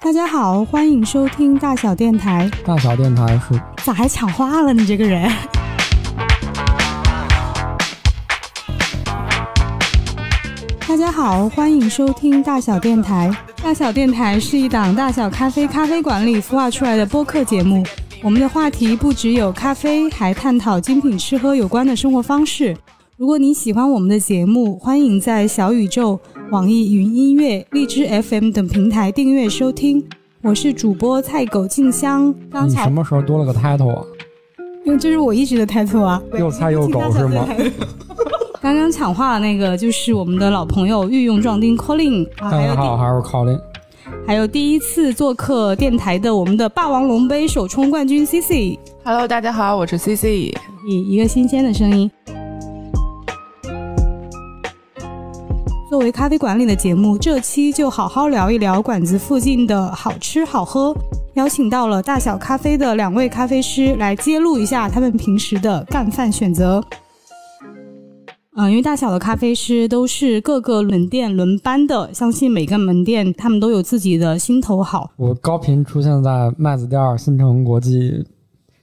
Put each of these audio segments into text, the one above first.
大家好，欢迎收听大小电台。大小电台是咋还抢话了？你这个人。大家好，欢迎收听大小电台。大小电台是一档大小咖啡咖啡馆里孵化出来的播客节目。我们的话题不只有咖啡，还探讨精品吃喝有关的生活方式。如果你喜欢我们的节目，欢迎在小宇宙、网易云音乐、荔枝 FM 等平台订阅收听。我是主播菜狗静香。刚你才嗯什么时候多了个 title 啊？因为这是我一直的 title 啊。又菜又狗是吗？ 刚刚抢话的那个就是我们的老朋友御用壮丁 Colin，啊还有但嗯好第还是 Colin，还有第一次做客电台的我们的霸王龙杯首冲冠军 CC，以 Hello，大家好，我是 CC。一个新鲜的声音。作为咖啡馆里的节目，这期就好好聊一聊馆子附近的好吃好喝，邀请到了大小咖啡的两位咖啡师来揭露一下他们平时的干饭选择。嗯，因为大小的咖啡师都是各个门店轮班的，相信每个门店他们都有自己的心头好。我高频出现在麦子店儿新城国际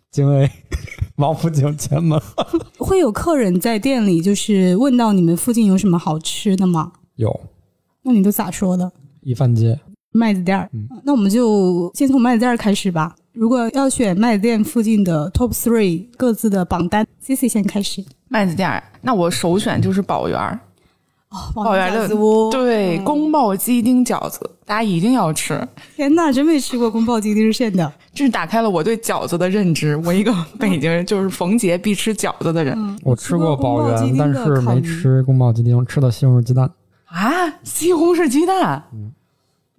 经 A 王府井前门。会有客人在店里就是问到你们附近有什么好吃的吗？有那你都咋说的？一饭街，麦子店儿，嗯那我们就先从麦子店儿开始吧。如果要选麦子店附近的 top three 各自的榜单，Cici 先开始。麦子店儿，那我首选就是宝源儿，哦，宝源饺的子屋，对，宫爆鸡丁饺子，大家一定要吃。天呐，真没吃过宫爆鸡丁馅的。这是打开了我对饺子的认知。我一个北京人，就是逢节必吃饺子的人、我吃过嗯宝宫保鸡源，丁但的是烤没鱼吃宫保鸡丁，吃的西红柿鸡蛋。啊。西红柿鸡蛋，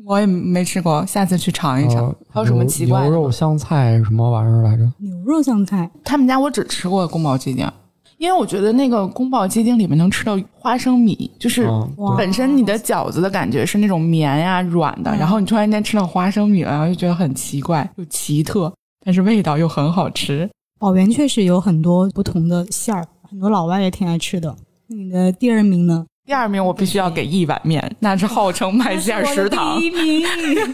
我也没吃过，下次去尝一尝。呃还有什么奇怪牛的？肉香菜什么玩意儿来着？牛肉香菜，他们家我只吃过宫保鸡丁，因为我觉得那个宫保鸡丁里面能吃到花生米，就是嗯，哇对本身你的饺子的感觉是那种绵呀、软的，嗯然后你突然间吃到花生米了，然后就觉得很奇怪又奇特，但是味道又很好吃。宝源确实有很多不同的馅儿，很多老外也挺爱吃的。那你的第二名呢？第二名我必须要给一碗面，那是号称麦馅食堂。第一名。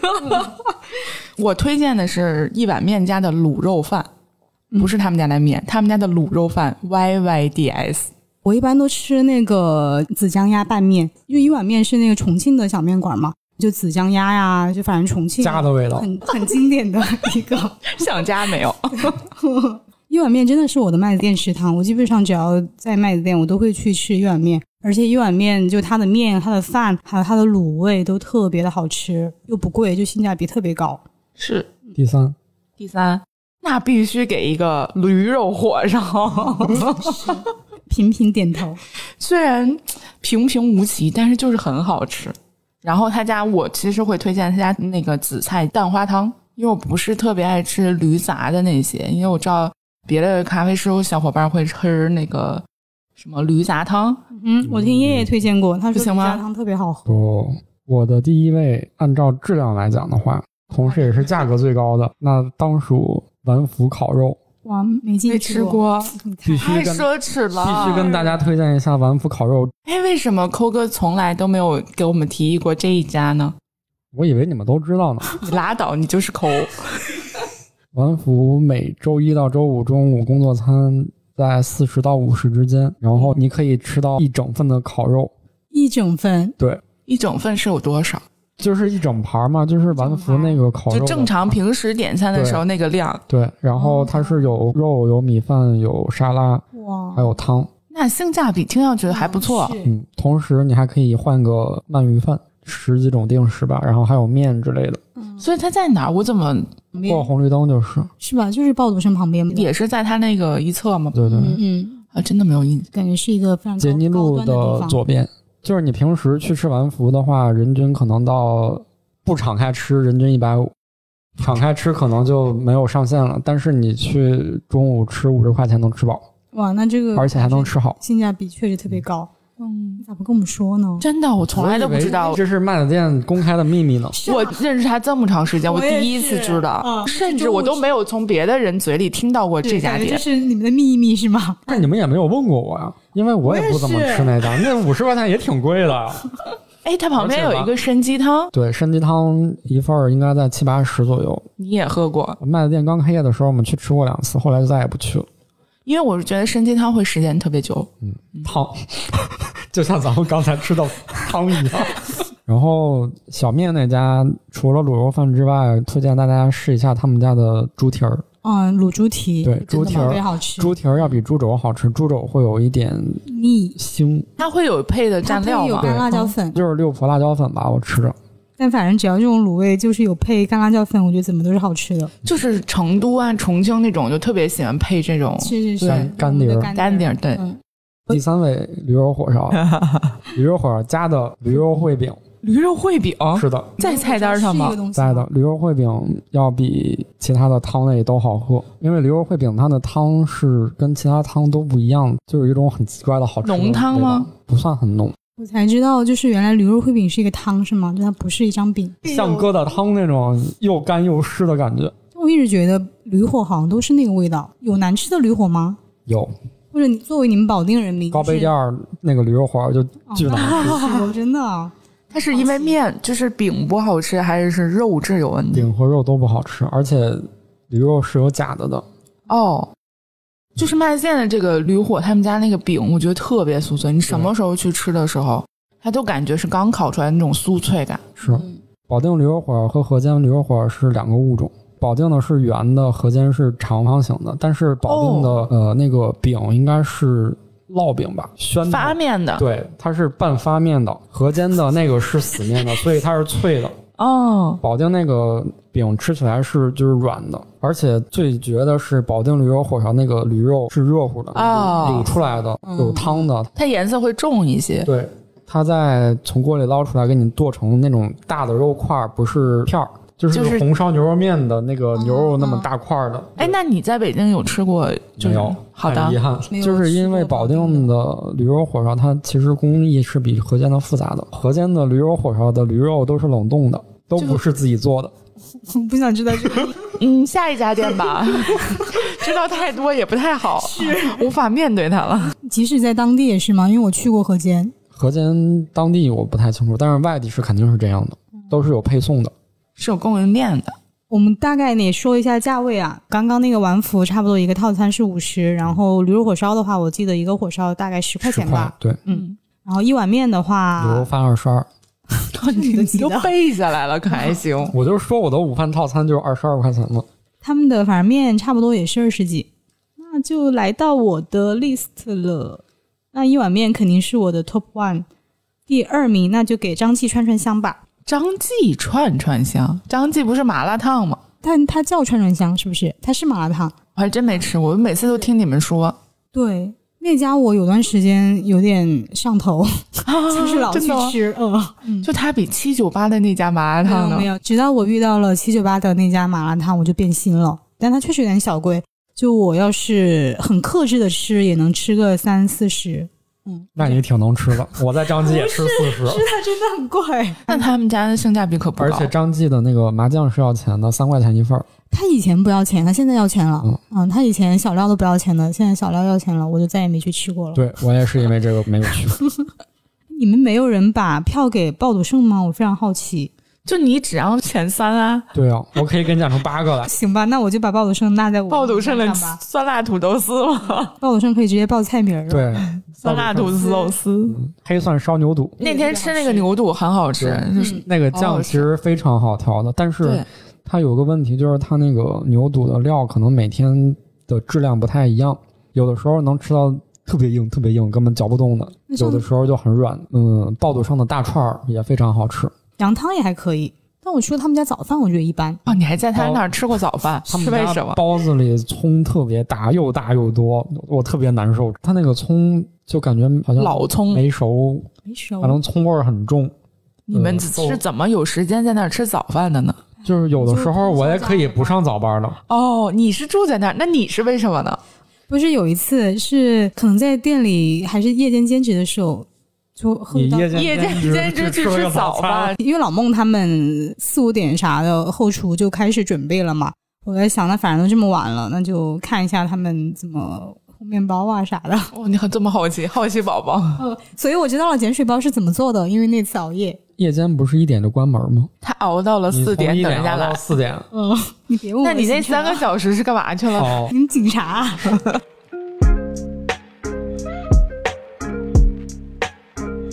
我推荐的是一碗面家的卤肉饭，不是他们家的面，他们家的卤肉饭 Y Y D S。我一般都吃那个紫江鸭拌面，因为一碗面是那个重庆的小面馆嘛，就紫江鸭呀、就反正重庆家的味道。很很经典的一个 想家没有？ 一碗面，真的是我的麦子店食堂。我基本上只要在麦子店，我都会去吃一碗面，而且一碗面就它的面、它的饭还有它的卤味都特别的好吃，又不贵，就性价比特别高。 是第三，第三，那必须给一个驴肉 火烧。频频点头，虽然平平无奇，但是就是很好吃。然后他家我其实会推荐他家那个紫菜蛋花汤，因为我不是特别爱吃驴杂的那些，因为我知道别的咖啡师小伙伴会吃那个什么驴杂汤，嗯，我听叶叶推荐过，他说不行李家吗汤特别好喝，不，我的第一位，按照质量来讲的话，同时也是价格最高的，那当属兰福烤肉，哇，没进没去哦吃，过， 你看必须太跟奢侈必须了。跟大家推荐一下兰福烤肉。哎，为什么抠哥从来都没有给我们提议过这一家 呢？我以为你们都知 道呢。你拉倒，你就是抠。兰福每周一到周五中午工作餐在四十到五十之间，然后你可以吃到一整份的烤肉，一整份，一整份是有多少？就是一整盘嘛，就是兰福整盘那个烤肉就的啊正常平时点餐的时候那个量。对，然后它是有肉、有米饭、有沙拉，哇，还有汤。那性价比听上去还不错。是嗯，同时你还可以换个鳗鱼饭，十几种定食吧，然后还有面之类的。所以它在哪儿？我怎么嗯旁过边红绿灯就是，是吧？就是爆竹声旁边，也是在它那个一侧吗？对对，嗯嗯，啊，真的没有印象。感觉是一个非常杰尼路高端的地的方。左边。就是你平时去吃完福的话，人均可能到不敞开吃，人均一百五，敞开吃可能就没有上限了。但是你去中午吃五十块钱能吃饱，哇，那这个而且还能吃好。性价比确实特别高。嗯，你咋不跟我们说呢？真的，我从来都不知道我以为。这是麦子店公开的秘密啊呢。我认识他这么长时间，我我也是第一次知道，嗯甚就至中午我都没有从别的人嘴里听到过这家感觉店这。是你们的秘密是吗？但你们也没有问过我呀，因为我也不怎么吃那家，那五十块钱也挺贵的呀。啊哎，它旁边有一个参鸡汤，对，参鸡汤一份儿应该在七八十左右。你也喝过？麦子店刚开业的时候，我们去吃过两次，后来就再也不去了。因为我是觉得参鸡汤会时间特别久。汤， 就像咱们刚才吃的汤一样。然后小面那家除了卤肉饭之外，推荐大家试一下他们家的猪蹄儿。嗯，卤猪蹄，对真猪的蹄特别儿，好吃，猪蹄儿要比猪肘好吃，猪肘会有一点腻，腥，它会有配的蘸料它有吗？干辣椒粉，嗯就是六婆辣椒粉吧，我吃着。但反正只要这种卤味，就是有配干辣椒粉，我觉得怎么都是好吃的。就是成都啊、重庆那种，就特别喜欢配这种是是是，对嗯干碟儿干碟儿。对，嗯第三位驴肉火烧，驴肉火烧加的驴肉烩饼，驴肉烩饼是的，在菜单上吗？？在的，驴肉烩饼要比其他的汤类都好喝，因为驴肉烩饼它的汤是跟其他汤都不一样的，就有一种很奇怪的好吃的浓汤吗味道？不算很浓，我才知道，就是原来驴肉烩饼是一个汤是吗？就它不是一张饼。哎像疙瘩汤那种又干又湿的感觉。我一直觉得驴火好像都是那个味道。有难吃的驴火吗？有或者你作为你们保定人民，高就碑是店儿那个驴肉火烧就巨难吃，哦真的啊， 它是因为面就是饼不好吃，还是是肉质有问题？饼和肉都不好吃，而且驴肉是有假的的。哦，就是麦线的这个驴火他们家那个饼，我觉得特别酥脆。你什么时候去吃的时候，它都感觉是刚烤出来那种酥脆感。是嗯保定驴肉火烧和河间驴肉火烧是两个物种。保定的是圆的，河间是长方形的，但是保定的、哦呃那个饼应该是烙饼吧，宣的发面的嗯对，它是半发面的，河间的那个是死 面的，所以它是脆的。哦，保定那个饼吃起来是就是软的，而且最绝的是保定驴肉火烧那个驴肉是热乎的，哦卤出来的，有汤的，它颜色会重一些。对，它再从锅里捞出来，给你剁成那种大的肉块儿，不是片儿，就就是是红烧牛肉面的那个牛肉那么大块儿的。哎，那你在北京有吃过？就没是有，好很遗的，憾没，有就是因为保定的驴肉火烧，它其实工艺是比河间的复杂的。河间的驴肉火烧的驴肉都是冷冻的，都不是自己做的。我不想知道 这个。嗯，下一家店吧。 知道太多也不太好，无法面对它了。即使在当地也是吗？因为我去过河间，河间当地我不太清楚，但是外地是肯定是这样的，嗯都是有配送的。是有供应链的，我们大概也说一下价位啊。刚刚那个丸福差不多一个套餐是五十，然后驴肉火烧的话，我记得一个火烧大概十块十钱块吧。对，然后一碗面的啊牛肉话，饭二十二， 你都你记都得背下来了，可还行。我就说我的午饭套餐就是二十二块钱嘛。他们的反正面差不多也是二十几，那就来到我的 list 了。那一碗面肯定是我的 top one，第二名那就给张记串串香吧。张记串串香，张记不是麻辣烫吗？但它叫串串香是不是？它是麻辣烫。我还真没吃过，我每次都听你们说，对，那家我有段时间有点上头，就是老 真去的吗吃，嗯。就它比七九八的那家麻辣没有烫呢没，有，直到我遇到了七九八的那家麻辣烫，我就变心了。但它确实有点小贵，就我要是很克制的吃，也能吃个三四十。嗯，那你挺能吃 的，我在张记也吃四十，它真的很贵。那他们家的性价比可不而高且。张记的那个麻酱是要钱的，三块钱一份儿。它以前不要钱，它现在要钱了。嗯嗯它以前小料都不要钱的，现在小料要钱了，我就再也没去吃哦过了。对我也是因为这个没有 去。你们没有人把票给爆肚胜吗？我非常好奇。就你只要前三啊，对啊，我可以给你讲出八个来。行吧，那我就把爆肚胜纳在我爆肚剩了上吧。酸辣土豆丝吗？爆肚胜可以直接报菜名儿。，对，啊酸辣土豆丝。黑蒜烧牛肚，那天吃那个牛肚很好吃，对嗯哦就是那个酱其实非常好调的，但是对它有个问题，就是它那个牛肚的料可能每天的质量不太一样，有的时候能吃到特别硬、特别硬，根本嚼不动的，那像有的时候就很软。嗯，爆肚上的大串儿也非常好吃，羊汤也还可以，但我去过他们家早饭，我觉得一般。哦，你还在他那儿吃过早饭，他是们为家什么？包子里葱特别大， 又大又多，我特别难受。它那个葱就感觉好像老嗯葱，没熟，没哦熟反正葱味儿很重。你们嗯是怎么有时间在那儿吃早饭的呢？就是有的时候我也可以不上早班的，哦，你是住在那儿，那你是为什么呢？不是有一次是可能在店里还是夜间兼职的时候，就喝你到夜间 夜间兼职去去了吃个早餐饭，，因为老孟他们四五点啥的，后厨就开始准备了嘛。我在想，那反正都这么晚了，那就看一下他们怎么红面包啊啥的。 哦，你很这么好奇，好奇宝宝，所以我知道了碱水包是怎么做的，因为那次熬夜。夜间不是一点就关门吗？ 他熬到了四点你从等一人家熬到来。四点，嗯， 你别问我 那你行那程啊三个小时是干嘛去了？哦，你们警察啊、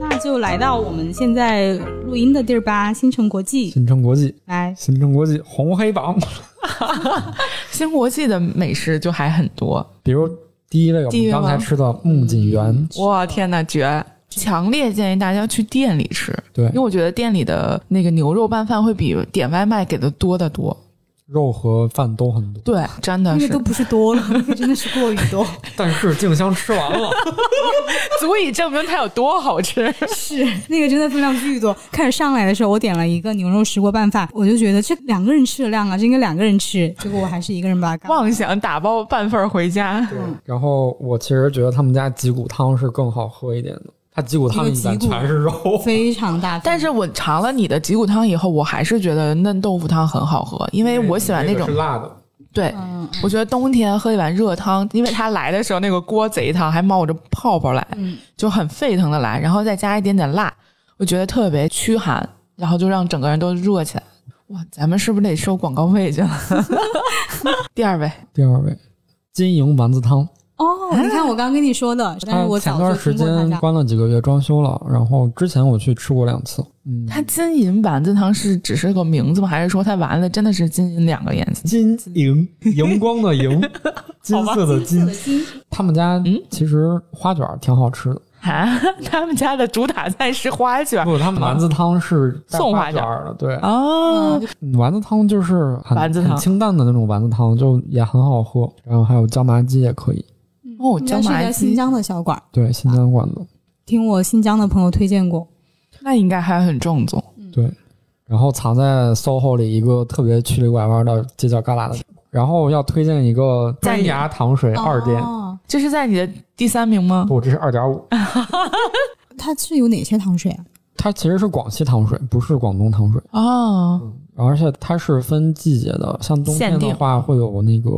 那就来到我们现在录音的地儿吧，新城国际。新城国际，来，新城国际红黑榜， 新国际的美食就还很多。比如第一位我第一们位吗嗯刚才吃的木槿园，哇，天呐，绝！强烈建议大家去店里吃，对因为，我觉得店里的那个牛肉拌饭会比点外卖给的多得多。肉和饭都很多，对，真的那是个都不是多了，那个真的是过于多。 但是静香吃完了，足以证明它有多好 吃。是，那个真的分量巨多。开始上来的时候，我点了一个牛肉石锅拌饭，我就觉得这两个人吃的量啊，这应该两个人吃。结果我还是一个人把它干了。妄想打包半份儿回家，然后我其实觉得他们家鸡骨汤是更好喝一点的，它鸡骨汤里面全是肉，非常大份，但是我尝了你的鸡骨汤以后，我还是觉得嫩豆腐汤很好喝， 因为我喜欢那个 种是。辣的，对，嗯我觉得冬天喝一碗热汤，因为它来的时候那个锅贼烫，还冒着泡泡来，嗯就很沸腾的来，然后再加一点点辣，我觉得特别驱寒，然后就让整个人都热起来。哇，咱们是不是得收广告 费去了？第二位，第二位，金营丸子汤，哦，你看我刚跟你说的，但是我它啊前早段就时听过他间家。关了几个月装修了，然后之前我去吃过两 次，嗯，它金银丸子汤是只是个名字吗？还是说它丸子真的是金银两个颜色？金银荧光的 银，金色的金，金他们家嗯其实花卷儿挺好吃的，啊，他们家的主打菜是花卷儿不，他们丸子汤是带送花花卷卷儿儿的，对，哦，嗯丸子汤就是很丸子汤很清淡的那种丸子汤，就也很好喝。然后还有椒麻鸡也可以，哦应椒该嗯是一麻家鸡新疆的小馆儿，对，新疆馆子。听我新疆的朋友推荐过。那应该还很正宗。然后藏在 SOHO 里一个特别曲里拐弯的街角旮旯的。然后要推荐一个在天你涯糖水二店，哦，这是在你的第三名吗？不，这是二点五。它是有哪些糖水啊？它其实是广西糖水，不是广东糖水。哦，而且它是分季节的，像冬天限定的话会有那个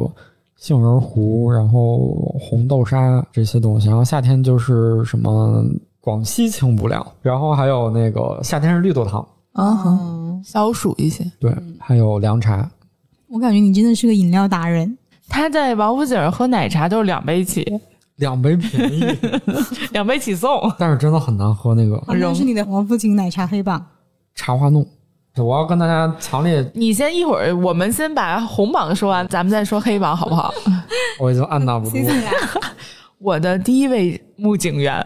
杏仁糊，然后红豆沙这些东西，然后夏天就是什么广西清补凉，然后还有那个夏天是绿豆汤，啊哈，消暑一些。对，还有凉茶。我感觉你真的是个饮料达人。他在王府井喝奶茶都是两杯起，两杯便宜， 两杯起送。但是真的很难喝那个啊那容是你的王府井奶茶黑榜。茶花弄。我要跟大家 强烈，你先一会儿，我们先把红榜说完，咱们再说黑榜好不 好？ 我已经按捺不住谢谢了。你啊 我的第一位木警员，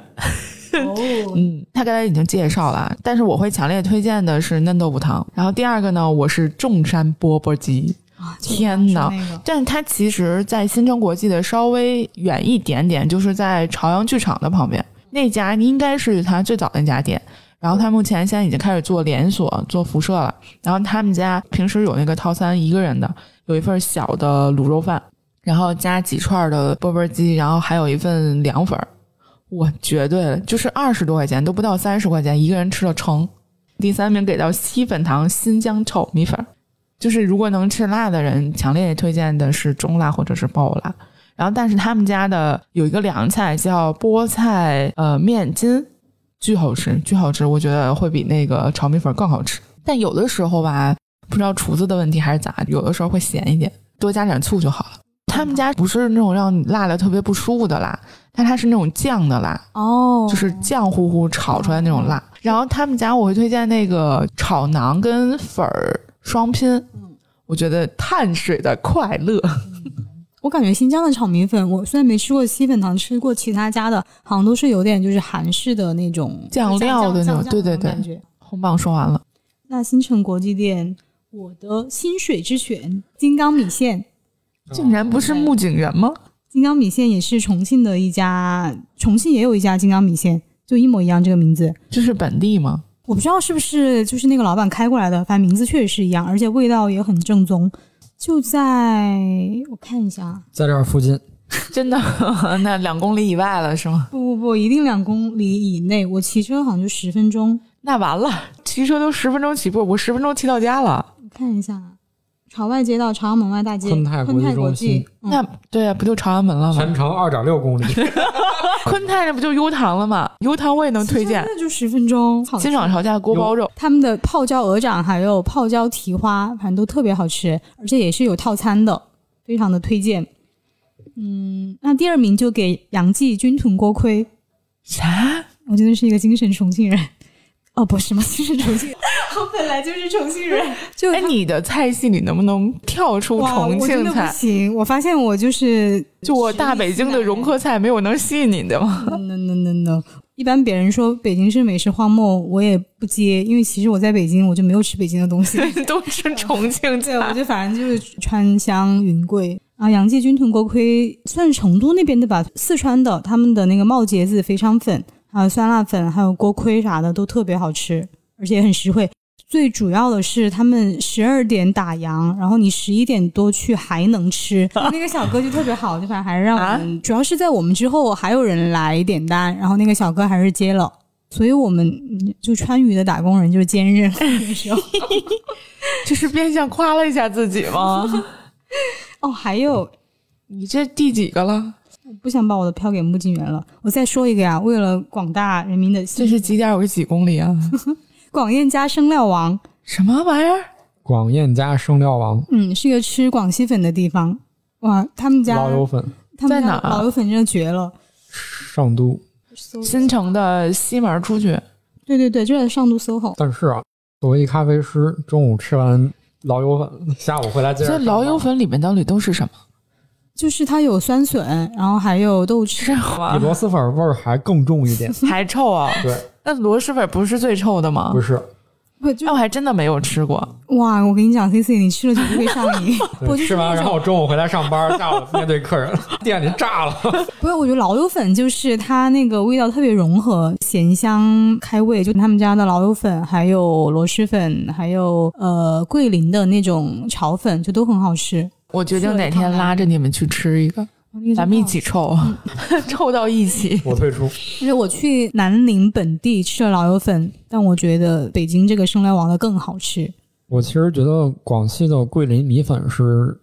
哦，嗯，他刚才已经介绍了，但是我会强烈推荐的是嫩豆腐汤。然后第二个呢，我是众山钵钵鸡。天哪啊哪！那个但它其实，在新城国际的稍微远一点点，就是在朝阳剧场的旁边那家，应该是它最早的那家店。然后它目前现在已经开始做连锁、做辐射了。然后他们家平时有那个套餐，一个人的有一份小的卤肉饭，然后加几串的钵钵鸡，然后还有一份凉粉儿。我绝对了，就是二十多块钱，都不到三十块钱，一个人吃了撑。第三名给到西粉堂新疆炒米粉儿，就是如果能吃辣的人，强烈推荐的是中辣或者是爆辣。然后，但是他们家的有一个凉菜叫菠菜呃面筋，巨好吃，巨好吃，我觉得会比那个炒米粉更好吃。但有的时候吧，不知道厨子的问题还是咋，有的时候会咸一点，多加点醋就好了。他们家不是那种让你辣的特别不舒服的辣，但它是那种酱的辣，哦，就是酱乎乎炒出来那种辣。然后他们家我会推荐那个炒馕跟粉儿双拼，嗯我觉得碳水的快乐。我感觉新疆的炒米粉，我虽然没吃过西粉糖，吃过其他家的，好像都是有点就是韩式的那种酱料的那种酱酱酱对对对感觉。红榜说完了，那新城国际店，我的心水之选金刚米线，嗯竟然不是木槿园吗？金刚米线也是重庆的一家，重庆也有一家金刚米线，就一模一样这个名字。这是本地吗？我不知道是不是就是那个老板开过来的，反正名字确实是一样，而且味道也很正宗。就在我看一下啊，在这儿附近，真的， 那两公里以外了是吗？不不不，一定两公里以内，我骑车好像就十分钟。那完了，骑车都十分钟起步，我十分钟骑到家了。我看一下啊，朝外街道、朝阳门外大街、昆泰国际昆泰国中际心，嗯那对啊，不就朝阳门了吗全？程二点六 公里，昆泰那不就优糖了吗？优糖我也能推荐其实，那就十分钟。好吃新赏潮价锅包肉，他们的泡椒鹅掌还有泡椒蹄花，反正都特别好吃，而且也是有套餐的，非常的推荐。嗯，那第二名就给杨记军屯锅盔，啥？我真的是一个精神重庆人。哦，不是吗？精神 重庆人，我本来就是重庆人。就哎，你的菜系里能不能跳出哇重我真庆的不菜？行，我发现我就是就我大北京的融合菜没有能吸引你的吗？ no no no no。一般别人说北京是美食荒漠，我也不接，因为其实我在北京我就没有吃北京的东西。 都是重 庆对，我菜。 就反正就是川湘云贵啊，杨记军屯锅盔算是成都那边的吧，四川的他们的那个冒茄子、肥肠粉，还有酸辣粉，还有锅盔啥的都特别好吃，而且也很实惠。最主要的是，他们十二点打烊，然后你十一点多去还能吃。那个小哥就特别好，就反正还是让我们，主要是在我们之后还有人来点单，然后那个小哥还是接了，所以我们嗯就川渝的打工人就是坚韧。那个时候，这是变相夸了一下自己吗？ 哦，还有 你这第几个了？不想把我的票给木金元了。我再说一个呀，为了广大人民的这幸是几点五十几公里 啊？广燕家生料王，什么玩意儿？广燕家生料王嗯，是一个吃广西粉的地方。哇，他们家老友粉，他们在家哪儿啊老油粉真的绝了。上都。新城的西门出去，对对对，就在上都 SOHO。但是啊，作为一咖啡师，中午吃完老友粉， 下午回来接着这上班。老友粉里面到底都是什么？就是它有酸笋，然后还有豆豉，这 比螺蛳粉味儿还更重一点。还臭啊！对，那螺蛳粉不是最臭的吗哦不？是，不就那我还真的没有吃过。哇！我跟你讲，C C，你吃了绝对会上瘾。 对不就是吃完那然种后中午回来上班， 下午面对客人，店里 炸了。不是，我觉得老友粉就是它那个味道特别融合，咸香开胃。就他们家的老友粉，还有螺蛳粉，还有呃桂林的那种炒粉，就都很好吃。我决定哪天拉着你们去吃一个，嗯咱们一起臭，啊 臭到一起。我退出。就是我去南宁本地吃了老友粉，但我觉得北京这个生料王的更好吃。我其实觉得广西的桂林米粉是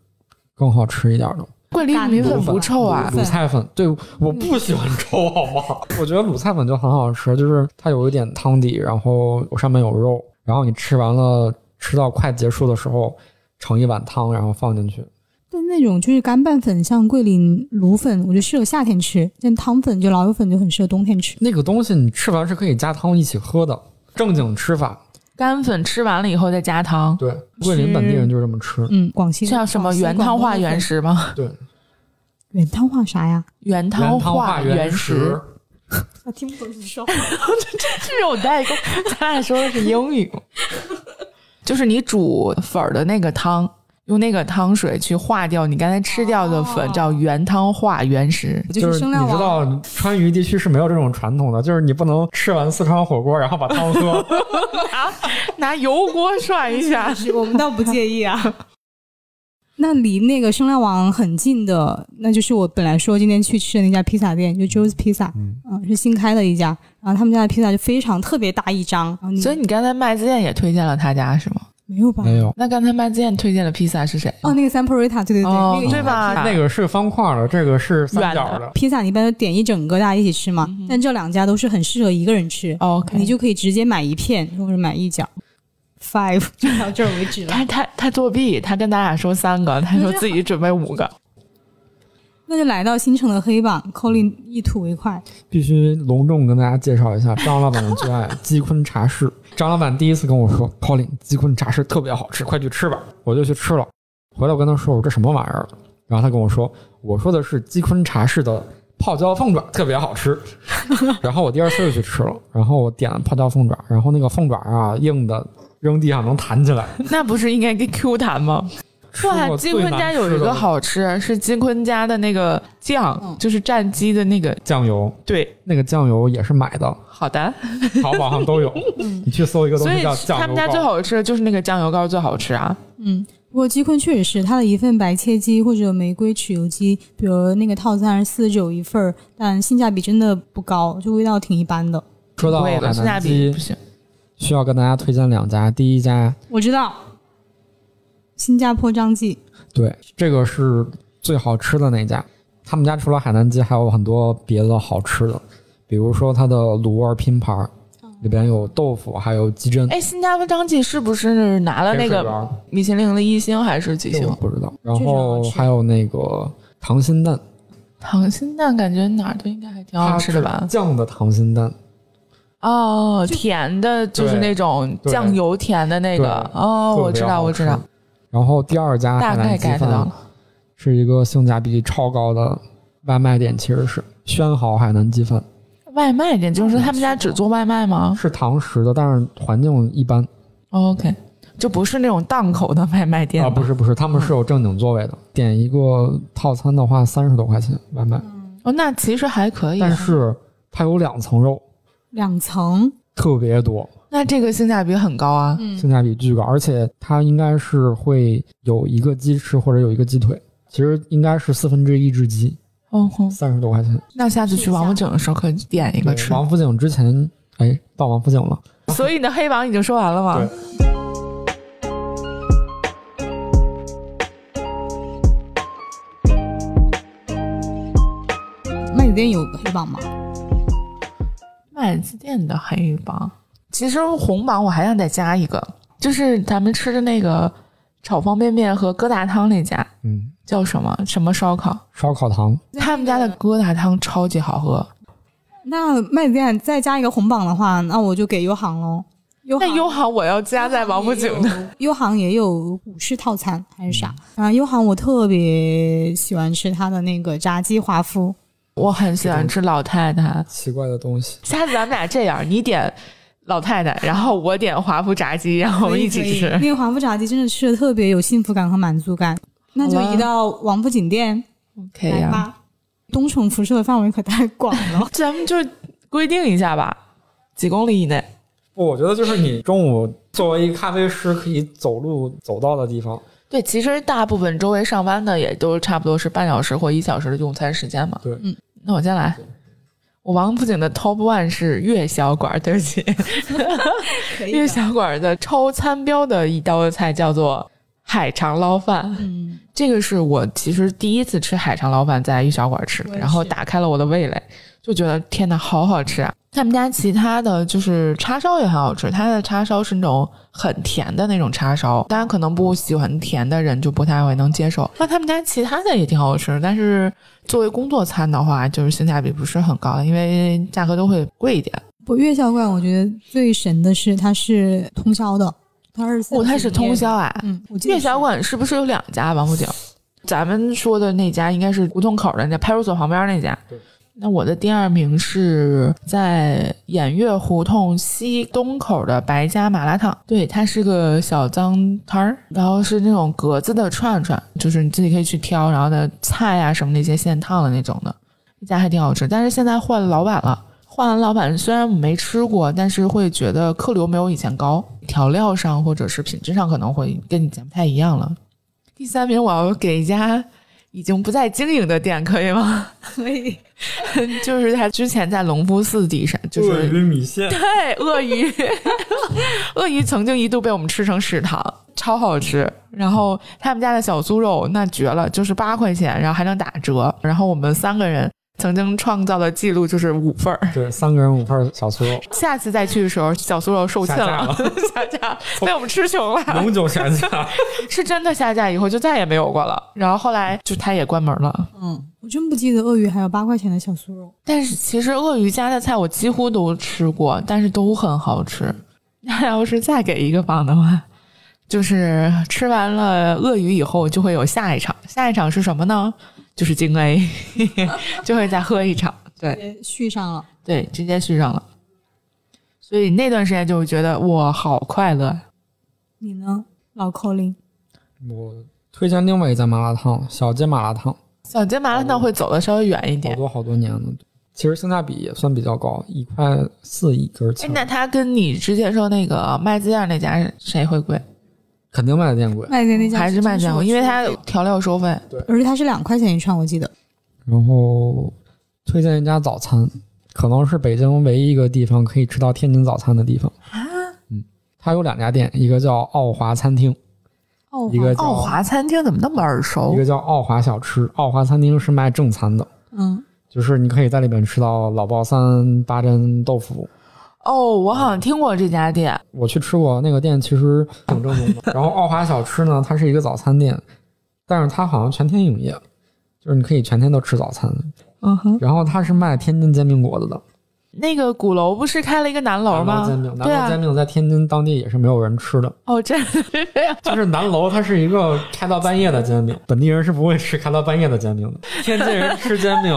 更好吃一点的。桂林米粉不臭啊干，卤菜粉，对，我不喜欢臭， 好吗？我觉得卤菜粉就很好吃，就是它有一点汤底，然后上面有肉，然后你吃完了，吃到快结束的时候，盛一碗汤，然后放进去。但那种就是干拌粉，像桂林卤粉，我觉得适合夏天吃；但汤粉就老友粉就很适合冬天吃。那个东西你吃完是可以加汤一起喝的，正经吃法。干粉吃完了以后再加汤，对，桂林本地人就是这么吃。嗯，广西像什么原汤化原石，食吗？对，原汤化啥呀？ 原汤原汤化原食 食，， 我听不懂你说。这有代沟。咱俩说的是英语， 就是你煮粉儿的那个汤，用那个汤水去化掉你刚才吃掉的粉，哦叫原汤化原食。 就是你生知料王。，道川渝地区是没有这种传统的，就是你不能吃完四川火锅然后把汤喝。 拿油锅涮一 下是我们倒不介意啊。 那离那个生料王很近的，那就是我本来说今天去吃的那家披萨店，就 Joe's Pizza，嗯嗯，是新开的一家。然后他们家的披萨就非常特别大一张，然后你 所以你刚才麦子燕也推荐了他家是吗？没有吧？没有，那刚才麦子燕推荐的披萨是谁？哦，那个 Samporita，对对对，哦那个对吧那个是方块的，这个是三角圆的。披萨你一般都点一整个，大家一起吃嘛。但这两家都是很适合一个人吃， OK，你就可以直接买一片或者买一角。Five 就到这儿为止了。他他他作弊，他跟大家说三个，他说那就自己准备五个。 那就来到新城的黑榜，Colin 一吐为快。必须隆重跟大家介绍一下张老板的最爱 鸡坤茶室。张老板第一次跟我说，Colin，鸡坤茶室特别好吃，快去吃吧。我就去吃了。回来我跟他说，我说这什么玩意儿？然后他跟我说，我说的是鸡坤茶室的泡椒凤爪，特别好 吃。然后我第二次又去吃了，然后我点了泡椒凤爪，然后那个凤爪啊，硬的扔地上能弹起来。 那不是应该跟 Q 弹吗？吃哇，过金最坤难家有吃一的个好吃，是金坤家的那个酱，嗯就是蘸鸡的那个。酱油，对，那个酱油也是买的，好的。淘宝上 都有。你去搜一个东所以西叫酱油他们家膏最好吃的就是那个酱油膏最好吃啊。嗯，不过鸡坤确实是它的一份白切鸡或者玫瑰豉油鸡，比如那个套餐是四十九一份儿，但性价比真的不高，就味道挺一般的。说到贵海了，性价南比鸡不，行。需要跟大家推荐两家。第一家我知道，新加坡张记，对，这个是最好吃的那家。他们家除了海南鸡，还有很多别的好吃的，比如说它的卤味拼盘儿，里边有豆腐，还有鸡胗。嗯哎，新加坡张记是不是拿了那甜水个园儿米其林的一星还是几这星我？不知道。然这是好后吃还有那个溏心蛋，溏心蛋感觉哪儿都应该还挺好吃的它吧是？酱的溏心蛋，哦，甜的，就是对那种对酱油甜的那个。对哦，我知特别道，好我吃知道，。然后第二家大海概南鸡 get 到饭了。是一个性价比超高的外卖店，其实是轩好海南鸡饭，外卖店就是说他们家只做外卖吗是堂食的，但是环境一般？OK，就不是那种档口的外卖店啊，不吧是不是，他们是有正经座位的。点一个套餐的话，三十多块钱外卖，哦，那其实还可以啊。但是它有两层肉，两层，特别多，那这个性价比很高啊。嗯，性价比巨高，而且它应该是会有一个鸡翅或者有一个鸡腿，其实应该是四分之一只鸡，哦吼，三十多块钱。那下次去王府井的时候可以点一个吃。王府井之前，哎，到王府井了，所以你的黑榜已经说完了吗？麦子店有黑榜吗？麦子店的黑榜，其实红榜我还想再加一个，就是咱们吃的那个炒方便面和疙瘩汤那家嗯，叫什么什么烧烤，烧烤堂，他们家的疙瘩汤超级好喝。那麦子店再加一个红榜的话，那我就给优航喽。优那航优好我要加在王府井的，优航也有午市套餐还是啥？啊，优航我特别喜欢吃它的那个炸鸡华夫， 我很喜欢吃老太太。奇怪的东西。下次咱们俩这样，你点老太太，然后我点华夫炸鸡，然后我们一可起以吃。那个华夫炸鸡真的吃的特别有幸福感和满足感。那就移到王府井店可以来啊，，吧。冬虫辐射的范围可太广了 咱们就规定一下吧，几公里以内。不，我觉得就是你中午作为一个咖啡师，可以走路走到的地方。对，其实大部分周围上班的也都差不多是半小时或一小时的用餐时间嘛。对嗯，那我先来。我王府井的 top one 是粤小馆儿，对不起，可粤小馆儿的超餐标的一道菜叫做海肠捞饭。嗯，这个是我其实第一次吃海肠捞饭在玉小馆吃我，也是然后打开了我的味蕾，就觉得天呐，好好吃啊！他们家其他的就是叉烧也很好吃，它的叉烧是那种很甜的那种叉烧，大家可能不喜欢甜的人就不太会能接受。那他们家其他的也挺好吃，但是作为工作餐的话，就是性价比不是很高的，因为价格都会贵一点。不，粤小馆我觉得最神的是它是通宵的，它二十四哦，它是通宵，啊！嗯，我记得粤小是馆是不是有两家王府井？咱们说的那家应该是胡同口的那家派出所旁边那家对。那我的第二名是在偃月胡同西东口的白家麻辣烫，对，它是个小脏摊儿，然后是那种格子的串串，就是你自己可以去挑，然后的菜啊什么那些现烫的那种的，那家还挺好吃。但是现在换了老板了，换了老板虽然我没吃过，但是会觉得客流没有以前高，调料上或者是品质上可能会跟以前不太一样了。第三名我要给一家已经不再经营的店，可以吗？可以就是他之前在隆福寺底下，就是米线，对鳄鱼，鳄鱼曾经一度被我们吃成食堂，超好吃。然后他们家的小酥肉那绝了，就是八块钱，然后还能打折。然后我们三个人曾经创造的记录就是五份儿。对，三个人五份小酥肉，下次再去的时候，小酥肉售罄了， 下架被我们吃穷了， 永久下架。 是真的下架以后就再也没有过了。然后后来就他也关门了。嗯，我真不记得鳄鱼还有八块钱的小酥肉。但是其实鳄鱼家的菜我几乎都吃过，但是都很好吃。 那要是再给一个榜的话，就是吃完了鳄鱼以后就会有下一场，下一场是什么呢？就是京 A，就会再喝一场。对，续上了。对，直接续上了。所以那段时间就会觉得哇，好快乐。你呢，老扣林？我推荐另外一家麻辣烫，小街麻辣烫，小街麻辣烫会走的稍微远一好点。多好多年了，其实性价比也算比较高，一块四一根哎筋，，那它跟你之前说那个啊麦子店那家谁会贵？肯定卖的店贵。麦店那家还是麦子店贵？因为它调料收费。而且它是两块钱一串，我记得。然后推荐一家早餐，可能是北京唯一一个地方可以吃到天津早餐的地方啊。嗯，它有两家店，一个叫奥华餐厅，奥华一个奥叫哦华餐厅怎么那么耳熟一个？叫奥华小吃，奥华餐厅是卖正餐的，嗯，就是你可以在里面吃到老爆三、八珍豆腐。哦，我好像听过这家店。我去吃过那个店，其实挺正宗 的。然后奥华小吃呢，它是一个早餐店，但是它好像全天营业，就是你可以全天都吃早餐。嗯哼，然后它是卖天津煎饼果子的，那个鼓楼不是开了一个南楼南吗楼煎饼，？南对楼啊煎，饼在天津当地也是没有人吃的，哦，真的是这样。就是南楼它是一个开到半夜的煎饼，本地人是不会吃开到半夜的煎饼的。天津人吃煎 饼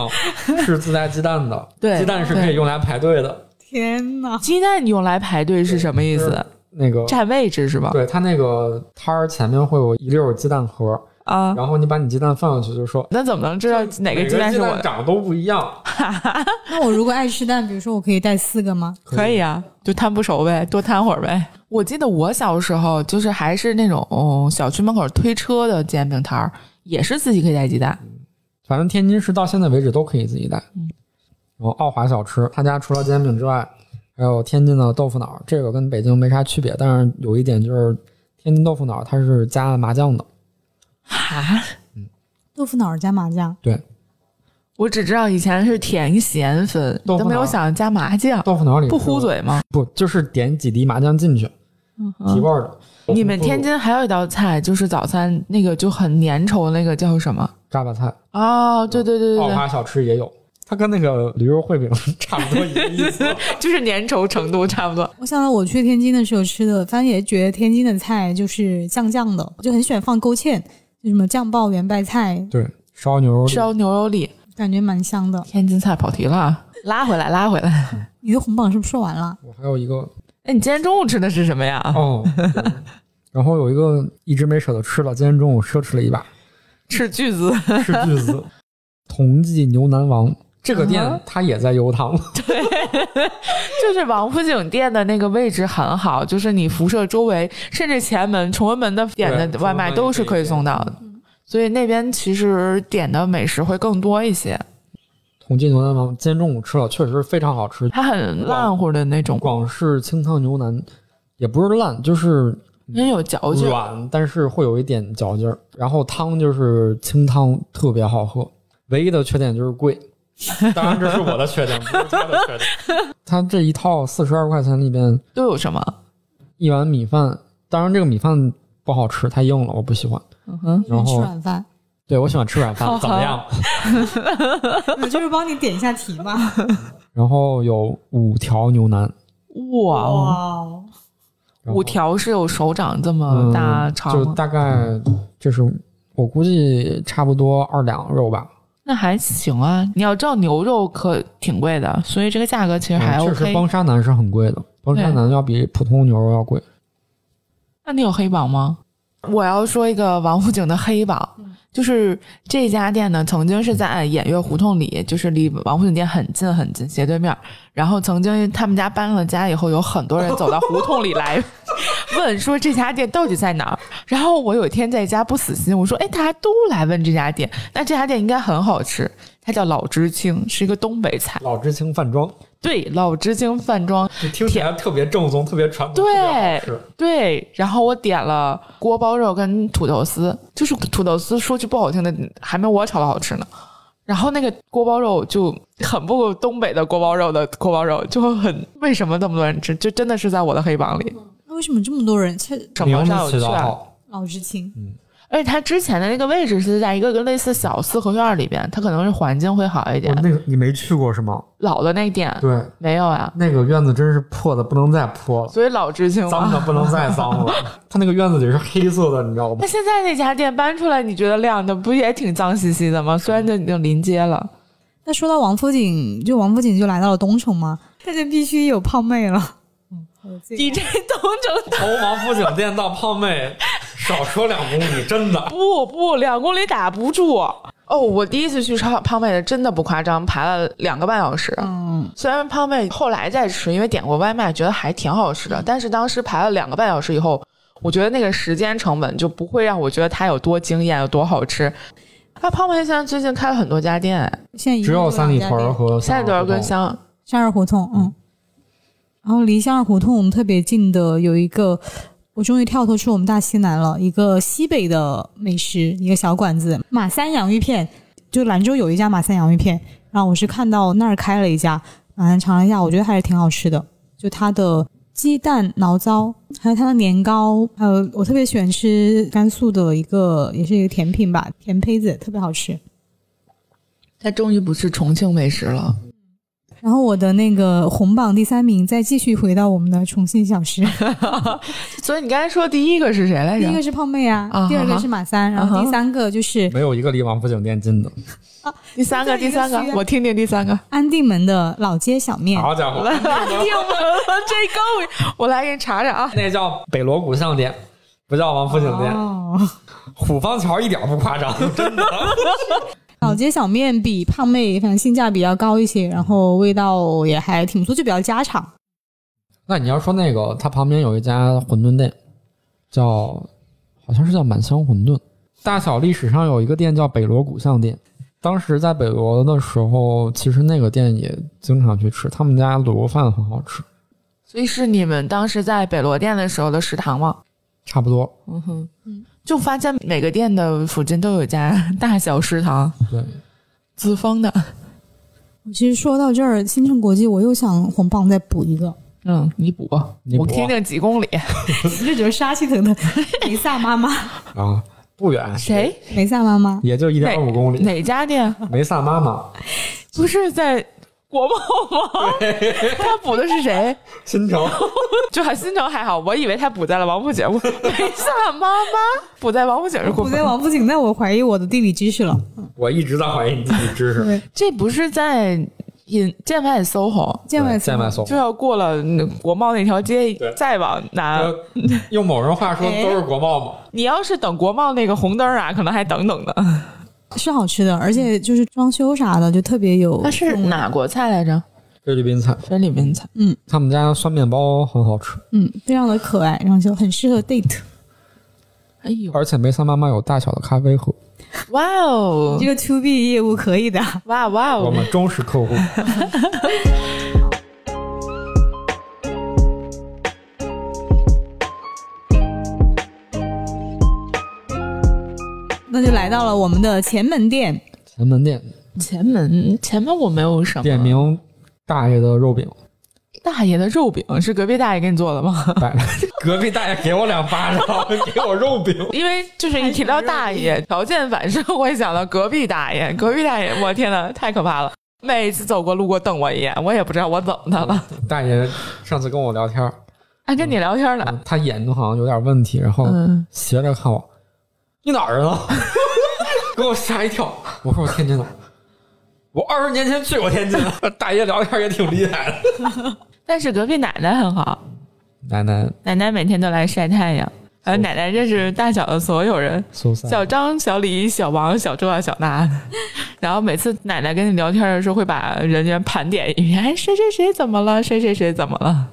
是自带鸡蛋的，对鸡蛋是可以用来排队的。天 哪，鸡蛋用来排队是什么意就是思？那个，占位置是吧？对它那个摊儿前面会有一溜儿鸡蛋盒，啊，然后你把你鸡蛋放进去，就说那怎么能知道啊哪个鸡蛋是我的？长得都不一样，那我如果爱吃蛋，比如说我可以带四个吗？可以啊，就摊不熟呗，多摊会儿呗。我记得我小时候就是还是那种、哦小区门口推车的煎饼摊儿，也是自己可以带鸡蛋。反正天津市到现在为止都可以自己带。嗯然后奥华小吃，他家除了煎饼之外，还有天津的豆腐脑，这个跟北京没啥区别，但是有一点就是天津豆腐脑它是加麻酱的，哈，豆腐脑儿加麻酱，我只知道以前是甜咸粉，豆腐都没有脑想加麻酱，豆腐脑里不是糊，嘴嗯吗？不就是点几滴麻酱进去提味儿的。你们天津还有一道菜，就是早餐那个就很粘稠，那个叫什么？嘎巴菜，哦，对对对奥对对，华小吃也有，它跟那个驴肉烩饼 差不多一个意思。就是粘稠程度差不多。我想到我去天津的时候吃的，反正也觉得天津的菜就是酱酱的，我就很喜欢放勾芡，就什么酱爆圆白菜，对，烧牛肉粒，烧牛肉粒，感觉蛮香的。天津菜跑题了啊，拉回来，拉回来。你的红榜是不是说完了？我还有一个哎，你今天中午吃的是什么呀？哦，对 然后有一个一直没舍得吃了，今天中午奢侈了一把，吃巨子，是巨子，同济牛腩王这个啊店它也在油塘， 就是王府井店的那个位置很好，就是你辐射周围，甚至前门、崇文门的点的对外卖都是可以送到的，所以那边其实点的美食会更多一些。同济牛腩王今天中午吃了，确实非常好吃。它很烂乎的那种，广式清汤牛腩也不是烂，就是因为有嚼劲。软，但是会有一点嚼劲儿。然后汤就是清汤，特别好喝。唯一的缺点就是贵，当然这是我的缺点，不是他的缺点。 他这一套四十二块钱里边，都有什么？一碗米饭，当然这个米饭不好吃，太硬了，我不喜欢。嗯哼，喜欢吃然后软 饭，对我喜欢吃软饭，怎么样？我就是帮你点一下题嘛。然后有五条牛腩，哇哇哦，哦，然后五条是有手掌这么嗯哦大长就吗？大概就是我估计差不多二两肉吧，那还行啊。你要知道牛肉可挺贵的，所以这个价格其实还嗯 OK。确实崩沙腩是很贵的，崩沙腩要比普通牛肉要贵。那你有黑榜吗？嗯我要说一个王府井的黑榜，就是这家店呢，曾经是在偃月胡同里，就是离王府井店很近很近，斜对面儿。然后曾经他们家搬了家以后，有很多人走到胡同里 来问说这家店到底在哪儿。然后我有一天在家不死心，我说哎，大家都来问这家店，那这家店应该很好吃。它叫老知青，是一个东北菜。老知青饭庄，对，老知青饭庄就听起来特别正宗，特别传统，特对别好吃。对，然后我点了锅包肉跟土豆丝，就是土豆丝，说句不好听的，还没我炒的好吃呢。然后那个锅包肉就很不东北的锅包肉的锅包肉，就很为什么那么多人吃？就真的是在我的黑榜里，那为什么这么多人吃什名么字上有起去得啊？好，老知青？嗯而且它之前的那个位置是在一个类似小四合院里边，它可能是环境会好一点我。哦那个你没去过是吗？老的那店对，没有啊，那个院子真是破的不能再破了，所以老知 青脏嘛。的不能再脏 了。它那个院子里是黑色的，你知道吗那？现在那家店搬出来，你觉得亮的不也挺脏兮兮的吗？虽然就已经临街了。那说到王府井，就王府井就来到了东城嘛，那就必须有胖妹了。嗯，我自己 DJ 东城从王府井店到胖妹，少说两公里，真的。不不，两公里打不住。哦，我第一次去超胖妹的，真的不夸张，排了两个半小时。嗯，虽然胖妹后来再吃，因为点过外卖，觉得还挺好吃的，但是当时排了两个半小时以后，我觉得那个时间成本就不会让我觉得它有多惊艳，有多好吃。那胖妹现在最近开了很多家店，现在一只共有就三里两家屯儿店和三里屯跟香向日胡同，嗯，然后离向日胡同特别近的有一个我终于跳脱出我们大西南了，一个西北的美食，一个小馆子，马三洋芋片，就兰州有一家马三洋芋片，然后我是看到那儿开了一家，嗯，尝了一下，我觉得还是挺好吃的，就它的。鸡蛋醪糟，还有它的年糕，还有我特别喜欢吃甘肃的一个，也是一个甜品吧，甜胚子特别好吃。它终于不是重庆美食了。然后我的那个红榜第三名，再继续回到我们的重庆小吃， 所以你刚才说第一个是谁来第着一？个是泡妹啊，哎啊第二个是马三，然啊后哈第三个就是没有一个离王府井店近的。第三个，这第一个三个区啊，我听听第三个。安定门的老街小面。好家伙，听闻了这个，我来给你查查啊。那叫北锣鼓巷店，不叫王府井店。哦，虎坊桥一点不夸张，真的。老街小面比胖妹反正性价比要高一些，然后味道也还挺不错，就比较家常。那你要说那个，它旁边有一家馄饨店，叫好像是叫满香馄饨。大小历史上有一个店叫北锣鼓巷店，当时在北锣的时候，其实那个店也经常去吃，他们家卤肉饭很好吃，所以是你们当时在北罗店的时候的食堂吗？差不多。嗯哼，就发现每个店的附近都有一家大小食堂，对，资方的。其实说到这儿，新城国际我又想红棒再补一个，嗯，你补吧，你补我听听几公里。这就是杀气 腾腾。梅萨妈妈，啊，不远，谁？梅萨妈妈，也就一点五公里。哪家店？梅萨妈妈，不是在国贸吗？他补的是谁？新城。就还新城还好，我以为他补在了王府井，我没想妈妈补在王府井是我过分在。王府井，那我怀疑我的地理知识了。我一直在怀疑你自己知识。对这不是在引建外 SOHO， 见外见外搜就。要过了那国贸那条街对，再往南。呃用某人话 说，哎都是国贸嘛。你要是等国贸那个红灯啊，可能还等等呢。是好吃的，而且就是装修啥的就特别有。那是哪国菜来着？菲律宾菜，嗯菲律宾菜。他们家酸面包很好吃，嗯，非常的可爱，然后就很适合 date。哎呦，而且梅萨妈妈有大小的咖啡喝。哇哦这，个 to B 业务可以的。哇哇我哦！们忠实客户。那就来到了我们的前门店，前门店前门前门我没有什么。店名大爷的肉饼，大爷的肉饼是隔壁大爷给你做的吗？ 摆 隔壁大爷给我两巴掌， 给我肉饼。因为就是一提到大爷，条件反射会想到隔壁大爷，隔壁大爷，我天呐，太可怕了！每次走过路过瞪我一眼，我也不知道我怎么他了。大爷上次跟我聊天，还跟你聊天呢，他眼睛好像有点问题，然后嗯，斜着看我，你哪儿人啊？ 给我吓一跳。我说我天津的，我二十年前去过天 津的。大爷聊天也挺厉害的。但是隔壁奶奶很好，奶奶奶奶每天都来晒太阳，呃，奶奶认识大小的所有人，苏小三，张、小李、小王、小周啊、小娜。 然后每次奶奶跟你聊天的时候，会把人员盘点一遍，哎，谁谁谁怎么了，谁谁谁怎么了，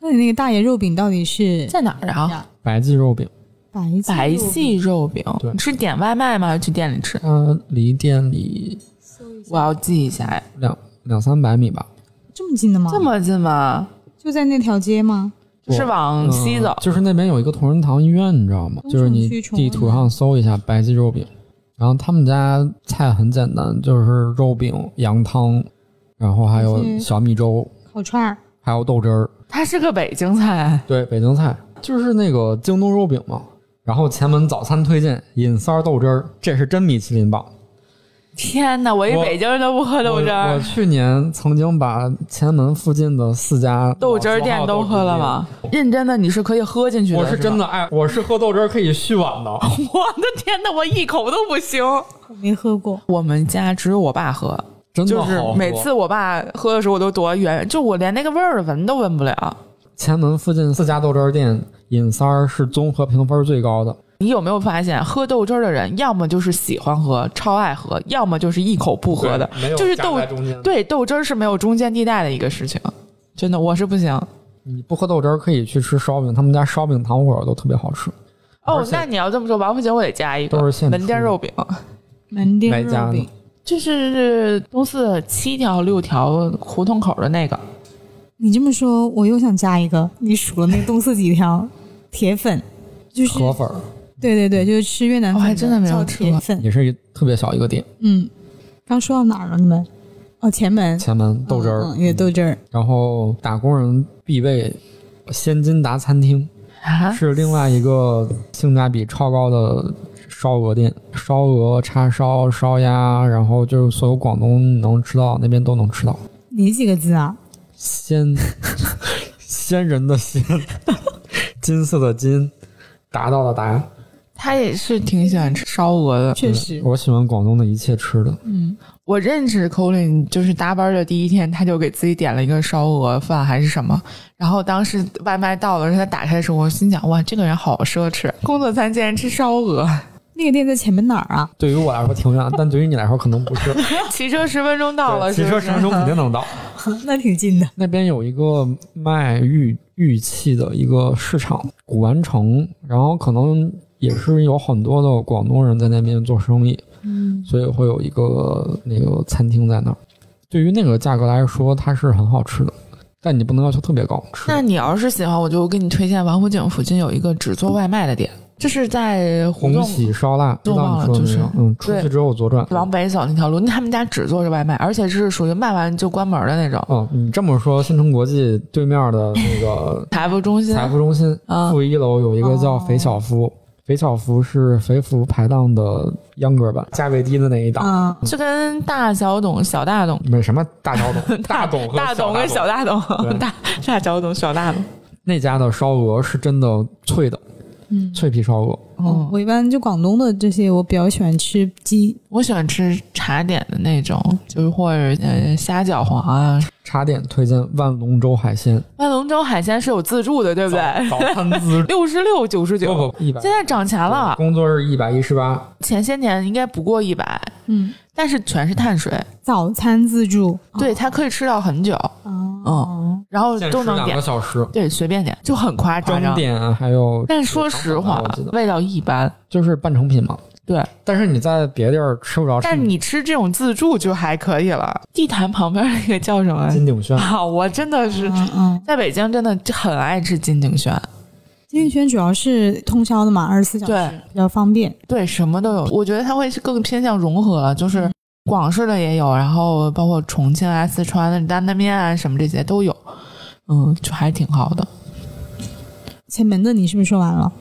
那你那个大爷肉饼到底是在哪儿啊？白记肉饼，白记白肉饼？记肉饼对，是点外卖吗？还是去店里吃？它离店里我要记一下，哎两两三百米吧。这么近的吗？这么近吗？就在那条街吗？我是往西走嗯，就是那边有一个同仁堂医院，你知道吗？东城就是你区崇地图上搜一下白记肉饼，然后他们家菜很简单，就是肉饼、羊汤，然后还有嗯小米粥，烤串儿，还有豆汁儿。它是个北京菜，对，北京菜就是那个京东肉饼嘛。然后前门早餐推荐尹三儿豆汁儿，这是真米其林棒。天哪！我一我北京人都不喝豆汁我我儿，去年曾经把前门附近的四家豆汁儿店老字都号喝了吗？认真的，你是可以喝进去豆汁店？我的。是真吧，的爱，我是喝豆汁儿可以续碗的。 我的天哪，我一口都不行。我没喝过。我们家只有我爸喝， 真的就好是喝每次我爸喝的时候，我都躲远，就我连那个味儿闻都闻不了。前门附近四家豆汁儿店，尹三儿是综合评分最高的。你有没有发现，喝豆汁儿的人，要么就是喜欢喝、超爱喝，要么就是一口不喝的对没，有就是夹豆在中间的对豆汁儿是没有中间地带的一个事情。真的，我是不行。哦你不喝豆汁儿可以去吃烧饼，他们家烧饼糖火都特别好吃。哦而，且那你要这么说，王府井我得加一个都是现门店出的肉饼，门哪店家肉呢饼？就是东四七条六条胡同口的那个，你这么说，我又想加一个。你数了那东四几条， 铁粉，嗯就是河粉儿对对对，就是吃越南我粉，哦还真的没有叫吃铁过粉。也是一特别小一个点，嗯，刚说到哪儿了？你们？哦，前门前门豆汁儿，嗯，嗯也豆汁儿。然后打工人必备鲜津达餐厅啊，是另外一个性价比超高的烧鹅店，烧鹅、叉烧、烧鸭，然后就是所有广东能吃到那边都能吃到。哪几个字啊？仙仙人的仙， 金色的金，达到的达。他也是挺喜欢吃烧鹅的。确实，我喜欢广东的一切吃的，我认识 Colin 就是搭班的第一天，他就给自己点了一个烧鹅饭还是什么，然后当时外卖到了，他打开的时候，我心想哇，这个人好奢侈，工作餐竟然吃烧鹅，那个店在前门哪儿啊？ 对于我来说挺远，但对于你来说可能不是。骑车十分钟到了，对骑车十分钟肯定能到。那挺近的。那边有一个卖玉玉器的一个市场，古玩城，然后可能也是有很多的广东人在那边做生意，嗯，所以会有一个那个餐厅在那儿。对于那个价格来说，它是很好吃的，但你不能要求特别高。吃那你要是喜欢，我就给你推荐王府井附近有一个只做外卖的店，这是在胡红同喜烧腊，知道你说的那就忘个了，嗯，出对去之后左转。往北走那条路，他们家只做是外卖，而且是属于卖完就关门的那种哦，你这么说，新城国际对面的那 个财富中心。财富中心啊哦负一楼有一个叫肥小夫，肥小夫是肥福排档的秧歌版，价位低的那一档。嗯，就跟大小董、小大董、没什么大小董、大董和 大董跟小小大董、对大大小董、小大董，那家的烧鹅是真的脆的，嗯脆皮烧鹅。哦嗯，我一般就广东的这些，我比较喜欢吃鸡。我喜欢吃茶点的那种，就是或者呃虾饺皇啊。茶点推荐万隆州海鲜，万隆州海鲜是有自助的，对不对？早早餐 资六十六九十不九，不一百，现在涨钱了。工作日一百一十八，前些年应该不过一百，嗯，但是全是碳水，早餐自助。对，它可以吃到很久，哦，然后限都时能两点个，小时。对，随便点，就很夸张。蒸点啊还有，啊但是说实话啊我记得，味道一般。就是半成品嘛。对，但是你在别地儿吃不着，但你吃这种自助就还可以了。地坛旁边那个叫什么金鼎轩啊？我真的是嗯嗯，在北京真的很爱吃金鼎轩，金鼎轩主要是通宵的嘛，二十四小时对比较方便。对，什么都有。我觉得它会是更偏向融合，就是广式的也有，然后包括重庆啊、四川的担担面啊什么这些都有。嗯，就还挺好的。前门的你是不是说完了？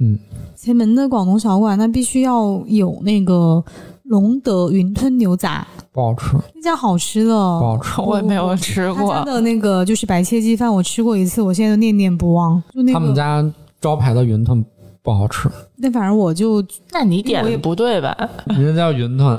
嗯，前门的广东小馆，那必须要有那个龙德云吞牛杂，不好哦吃，那家好吃不好的。吃。我也没有吃他家过，啊的那个就是白切鸡饭，我吃过一次，我现在都念念不忘。就那他们个，家招牌的云吞不好 吃，那反正我就那你点的不对吧？ 人家叫云吞，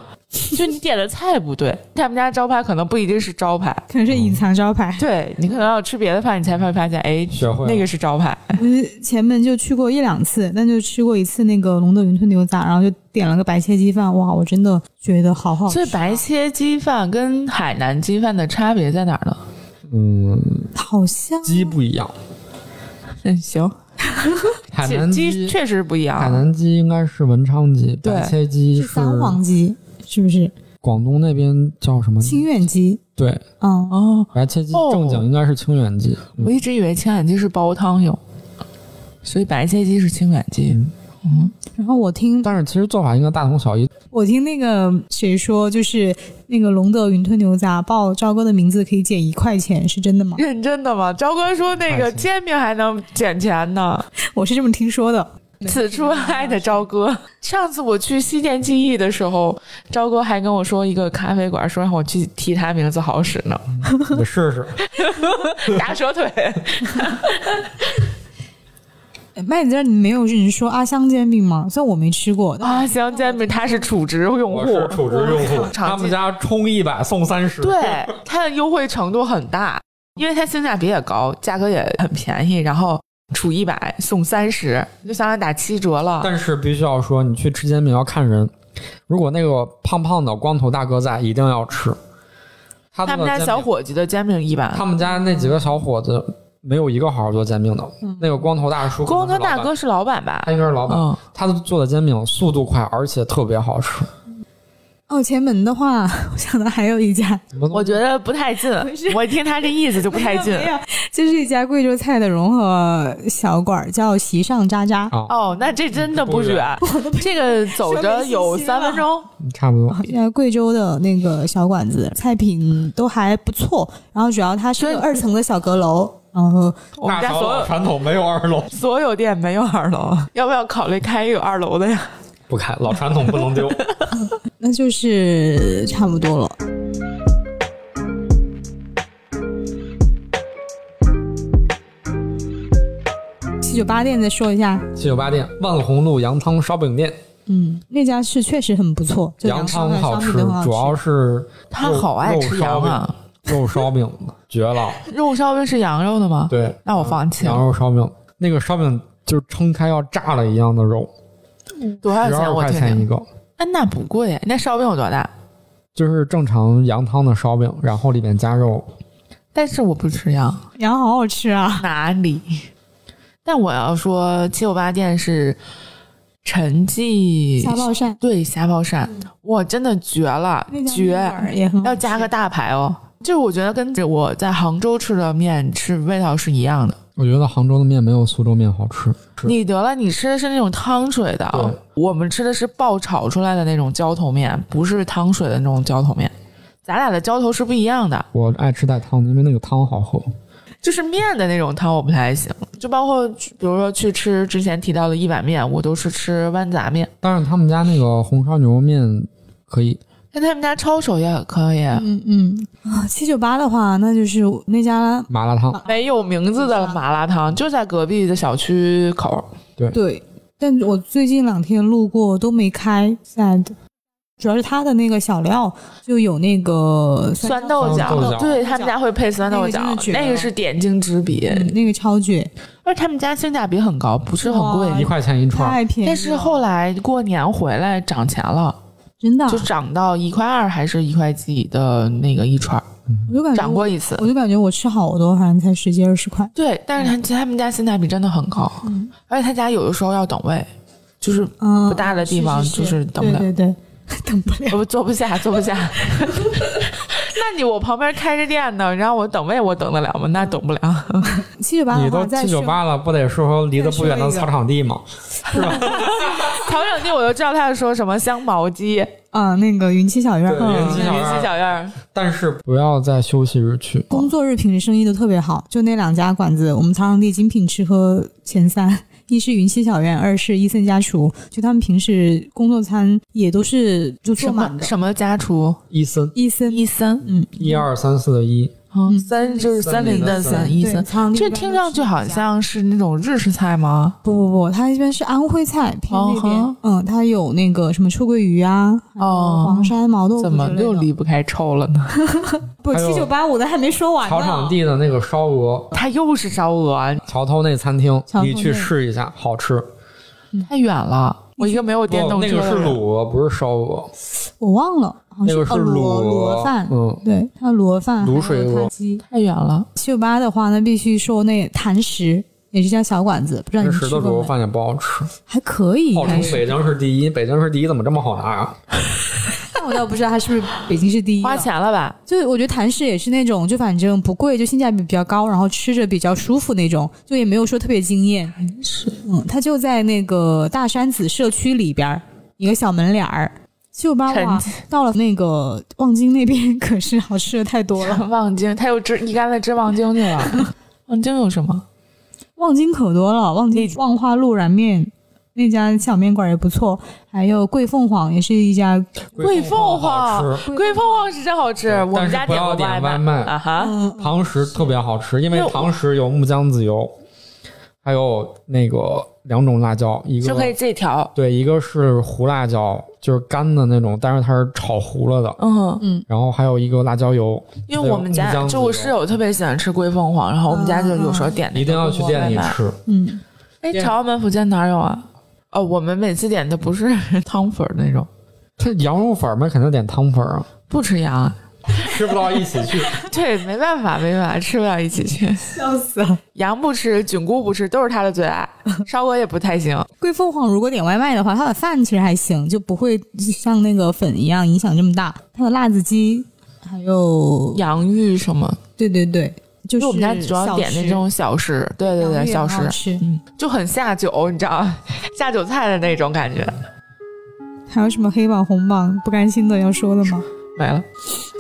就你点的菜不对，他们家招牌可能不一定是招牌，可能是隐藏招牌。对你可能要吃别的饭，你才会发现，哎，学会了那个是招牌。就是前门就去过一两次，但就吃过一次那个龙德云吞牛杂，然后就点了个白切鸡饭，哇，我真的觉得好好吃所啊。以白切鸡饭跟海南鸡饭的差别在哪儿呢？嗯，好香，鸡不一样，嗯，行，海鸡南鸡鸡，确实不一样。海南鸡应该是文昌鸡，对白切鸡是是三黄鸡，是不是？广东那边叫什么？清远鸡，对，嗯，哦，白切鸡哦正经应该是清远鸡，嗯我一直以为清远鸡是煲汤用，所以白切鸡是清远鸡。嗯嗯，然后我听但是其实做法应该大同 小异。我听那个谁说，就是那个龙德云吞牛杂报赵哥的名字可以减一块钱，是真的 吗？认真的吗？朝哥说那个还行煎饼还能减钱呢。我是这么听说的。此处爱的朝哥，上次我去西涧记忆的时候，朝哥还跟我说一个咖啡馆，说让我去提他名字好使呢， 你试试，打蛇腿。哎麦子这儿你没有你说阿香煎饼吗？虽然我没吃过，但啊，香煎饼它是储值用户，储值用户 常见家充一百送三十，对它的优惠程度很大，因为它性价比也高，价格也很便宜，然后储一百送三十，就相当于打七折了。但是必须要说，你去吃煎饼要看人。如果那个胖胖的光头大哥在，一定要吃。他他们家做的煎饼小，伙计的煎饼一般，他们家那几个小伙子没有一个好好做煎饼的。那个光头大叔，光头大，哥是老板吧他？应该是老板。嗯，他做的煎饼速度快，而且特别好吃。哦，前门的话， 我想到还有一家，什么东我觉得不太近是，我听他这意思就不太 近。没有，就是一家贵州菜的融合小馆儿，叫席上渣渣。啊，哦，那这真的不远，嗯这个走着有三 分钟。差不多。现在贵州的那个小馆子菜品都还不错，然后主要它是个二层的小阁楼，然后我们家所有传统没有二楼，所有店没有二楼，要不要考虑开一个二楼的呀？不开老传统不能 丢。那就是差不多了。七九八店再说一下，七九八店万红路羊汤烧饼店，嗯，那家是确实很不错，就羊汤烧饼好烧饼吃都很好，主要是他肉好爱吃羊啊！肉烧饼绝了。肉烧饼是羊肉的吗？对，那我放弃羊了。肉烧饼那个烧饼就是撑开要炸了一样的肉，多少十钱？二我块听钱一听。个，哎，那不贵，那烧饼有多大？就是正常羊汤的烧饼，然后里面加肉。但是我不吃羊，羊好好吃啊！哪里？ 但我要说，七九八店是陈记虾爆扇对虾爆扇，哇，真的绝了嗯那，家面绝！馆也很好要加个大排哦，就是我觉得跟我在杭州吃的面吃味道是一样的。我觉得杭州的面没有苏州面好吃，你得了，你吃的是那种汤水的啊，我们吃的是爆炒出来的那种浇头面，不是汤水的那种浇头面。咱俩的浇头是不一样的，我爱吃带汤的，因为那个汤好喝。就是面的那种汤我不太行，就包括去比如说去吃之前提到的一碗面，我都是吃豌杂面，但是他们家那个红烧牛肉面可以，但他们家抄手也可以，嗯嗯啊，七九八的话，那就是那家麻辣烫没有名字的麻辣烫就在隔壁的小区口，对，但我最近两天路过都没开，sad。主要是它的那个小料就有那个酸豆角，豆角对他们家会配酸豆角那个真的，绝了那个是点睛之笔，嗯那个超绝，而他们家性价比很高，不是很贵哇。一块钱一串儿，太便宜了。但是后来过年回来涨钱了，真的啊，就涨到一块二还是一块几的那个一串儿，我就感觉涨我过一次。我就感觉我吃好多，好像才十几二十块。对，但是他他们家性价比真的很高，而且他家有的时候要等位，就是嗯，不大的地方是就是等不了对对对， 等不了。我坐不下，坐不下。 那你我旁边开着店呢，然后我等位，我等得了吗？那等不了。七九八你的都话，再七九说八了，不得说离得不远的草场地吗？曹景地我就知道他在说什么香茅鸡、啊，那个云栖小院儿，对云嗯栖云小院儿栖小院儿，但是不要在休息日去，工作日平时生意都特别好，就那两家馆子，我们朝阳地精品吃喝前三， 一是云栖小院，二是伊森家厨，就他们平时工作餐也都是就坐什满么的。什么家厨，一森伊森，一森，嗯，一二三四的一，嗯，森就是森林的森林的森，森一对森。朝阳地这一般听都上是去好家像是那种日式菜吗？不不不，它这边是安徽菜偏那边哦嗯，它有那个什么臭鳜鱼啊，还有哦黄山毛豆腐怎么之类又的离不开臭了呢？ 不还有七九八五的还没说完呢。草场地的那个烧鹅，它又是烧鹅，桥头那餐厅桥头你去那试一下，好吃。太远了。我一个没有电不，动哦那车个的哦是人，卤鹅，不是烧鹅，我忘了，好像那个是哦鹅，螺螺饭，嗯，对，它有螺饭，卤水鹅鹅鸡。太远了。七九八的话，那必须说那坛石也是一家小馆子，不知道你那们石去头卤过鹅没？饭也不好吃，还可以，号还称是 北京市第一，北京市第一怎么这么好拿啊？但我倒不知道它是不是北京市第一了。花钱了 吧？就我觉得谭氏也是那种，就反正不贵，就性价比比较高，然后吃着比较舒服那种，就也没有说特别惊艳。是嗯，它就在那个大山子社区里边儿一个小门脸儿。七九八陈哇，到了那个望京那边， 可是好吃的太多了。望京，他又织一竿子织望京去 了。望京有什么？望京可多了，望京望花鹿燃面那家小面馆也不错，还有桂凤凰也是一家，桂凤好凰吃，，桂凤凰是真好吃，对我但们家是不要过点卖外卖啊哈。嗯，堂食特别好吃，因为因为我堂食有木姜子油，还有那个两种辣椒，一就可以个自己调，对，一个是胡辣椒，就是干的那种，但是它是炒糊了的，嗯，然后还有一个辣椒油，因为我们还有家木姜子就油我室友特别喜欢吃桂凤凰，然后我们家就有时候点那嗯个一定要去店里外卖。吃。嗯，哎，店朝阳门附近哪有啊？哦，我们每次点的不是 汤粉儿那种，它羊肉粉儿嘛，肯定点汤粉儿啊。不吃羊啊。吃不到一起 去。对，没办法，没办法，吃不到一起去。笑死了。 羊不吃，菌菇不吃，都是他的最 爱。烧鹅也不太行。贵凤凰如果点外卖的话，它的饭其实还行，就不会像那个粉一样影响这么大。它的辣子鸡，还有洋芋什么？对对对，就因是为我们家主要点那种小食，对对对，小小吃洋芋也很好食吃。嗯就很下酒，你知道， 下酒菜的那种感觉。还有什么黑榜红榜不甘心的要说的吗？没了，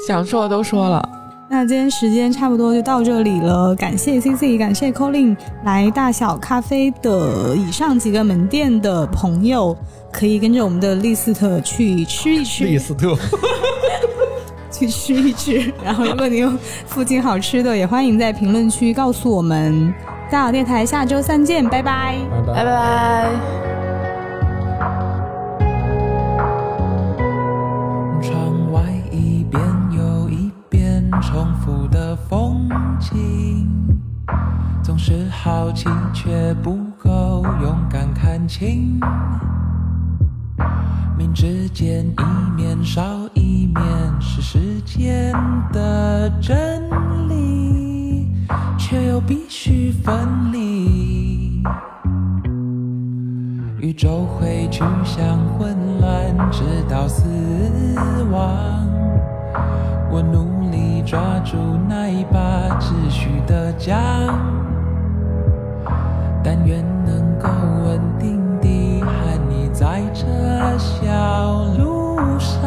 想说的都说了。那今天时间差不多就到这里了，感谢 C C，感谢 Colin 来大小咖啡的以上几个门店的朋友，可以跟着我们的 list 去吃一吃，斯特，去吃一吃。然后，如果你有附近好吃的，也欢迎在评论区告诉我们。大小电台下周三见，拜拜。拜拜拜拜。场外一遍又一遍重复的风景，总是好奇却不够勇敢看清。明知见一面少一面是世间的真理，却又必须分离。宇宙会趋向混乱，直到死亡。我努力抓住那一把秩序的桨，但愿能够稳定地和你在这小路上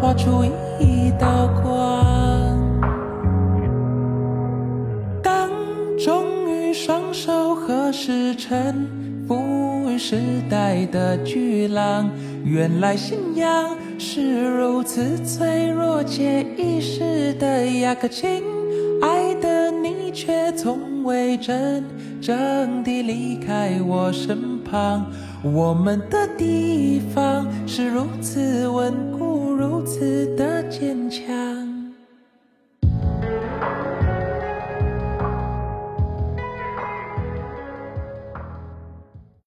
画出一道光。当终于双手合十，臣服于时代的巨浪，原来信仰是如此脆弱且易逝的雅各亲，爱的你却从未真正地离开我身旁。我们的地方是如此稳固，如此的坚强。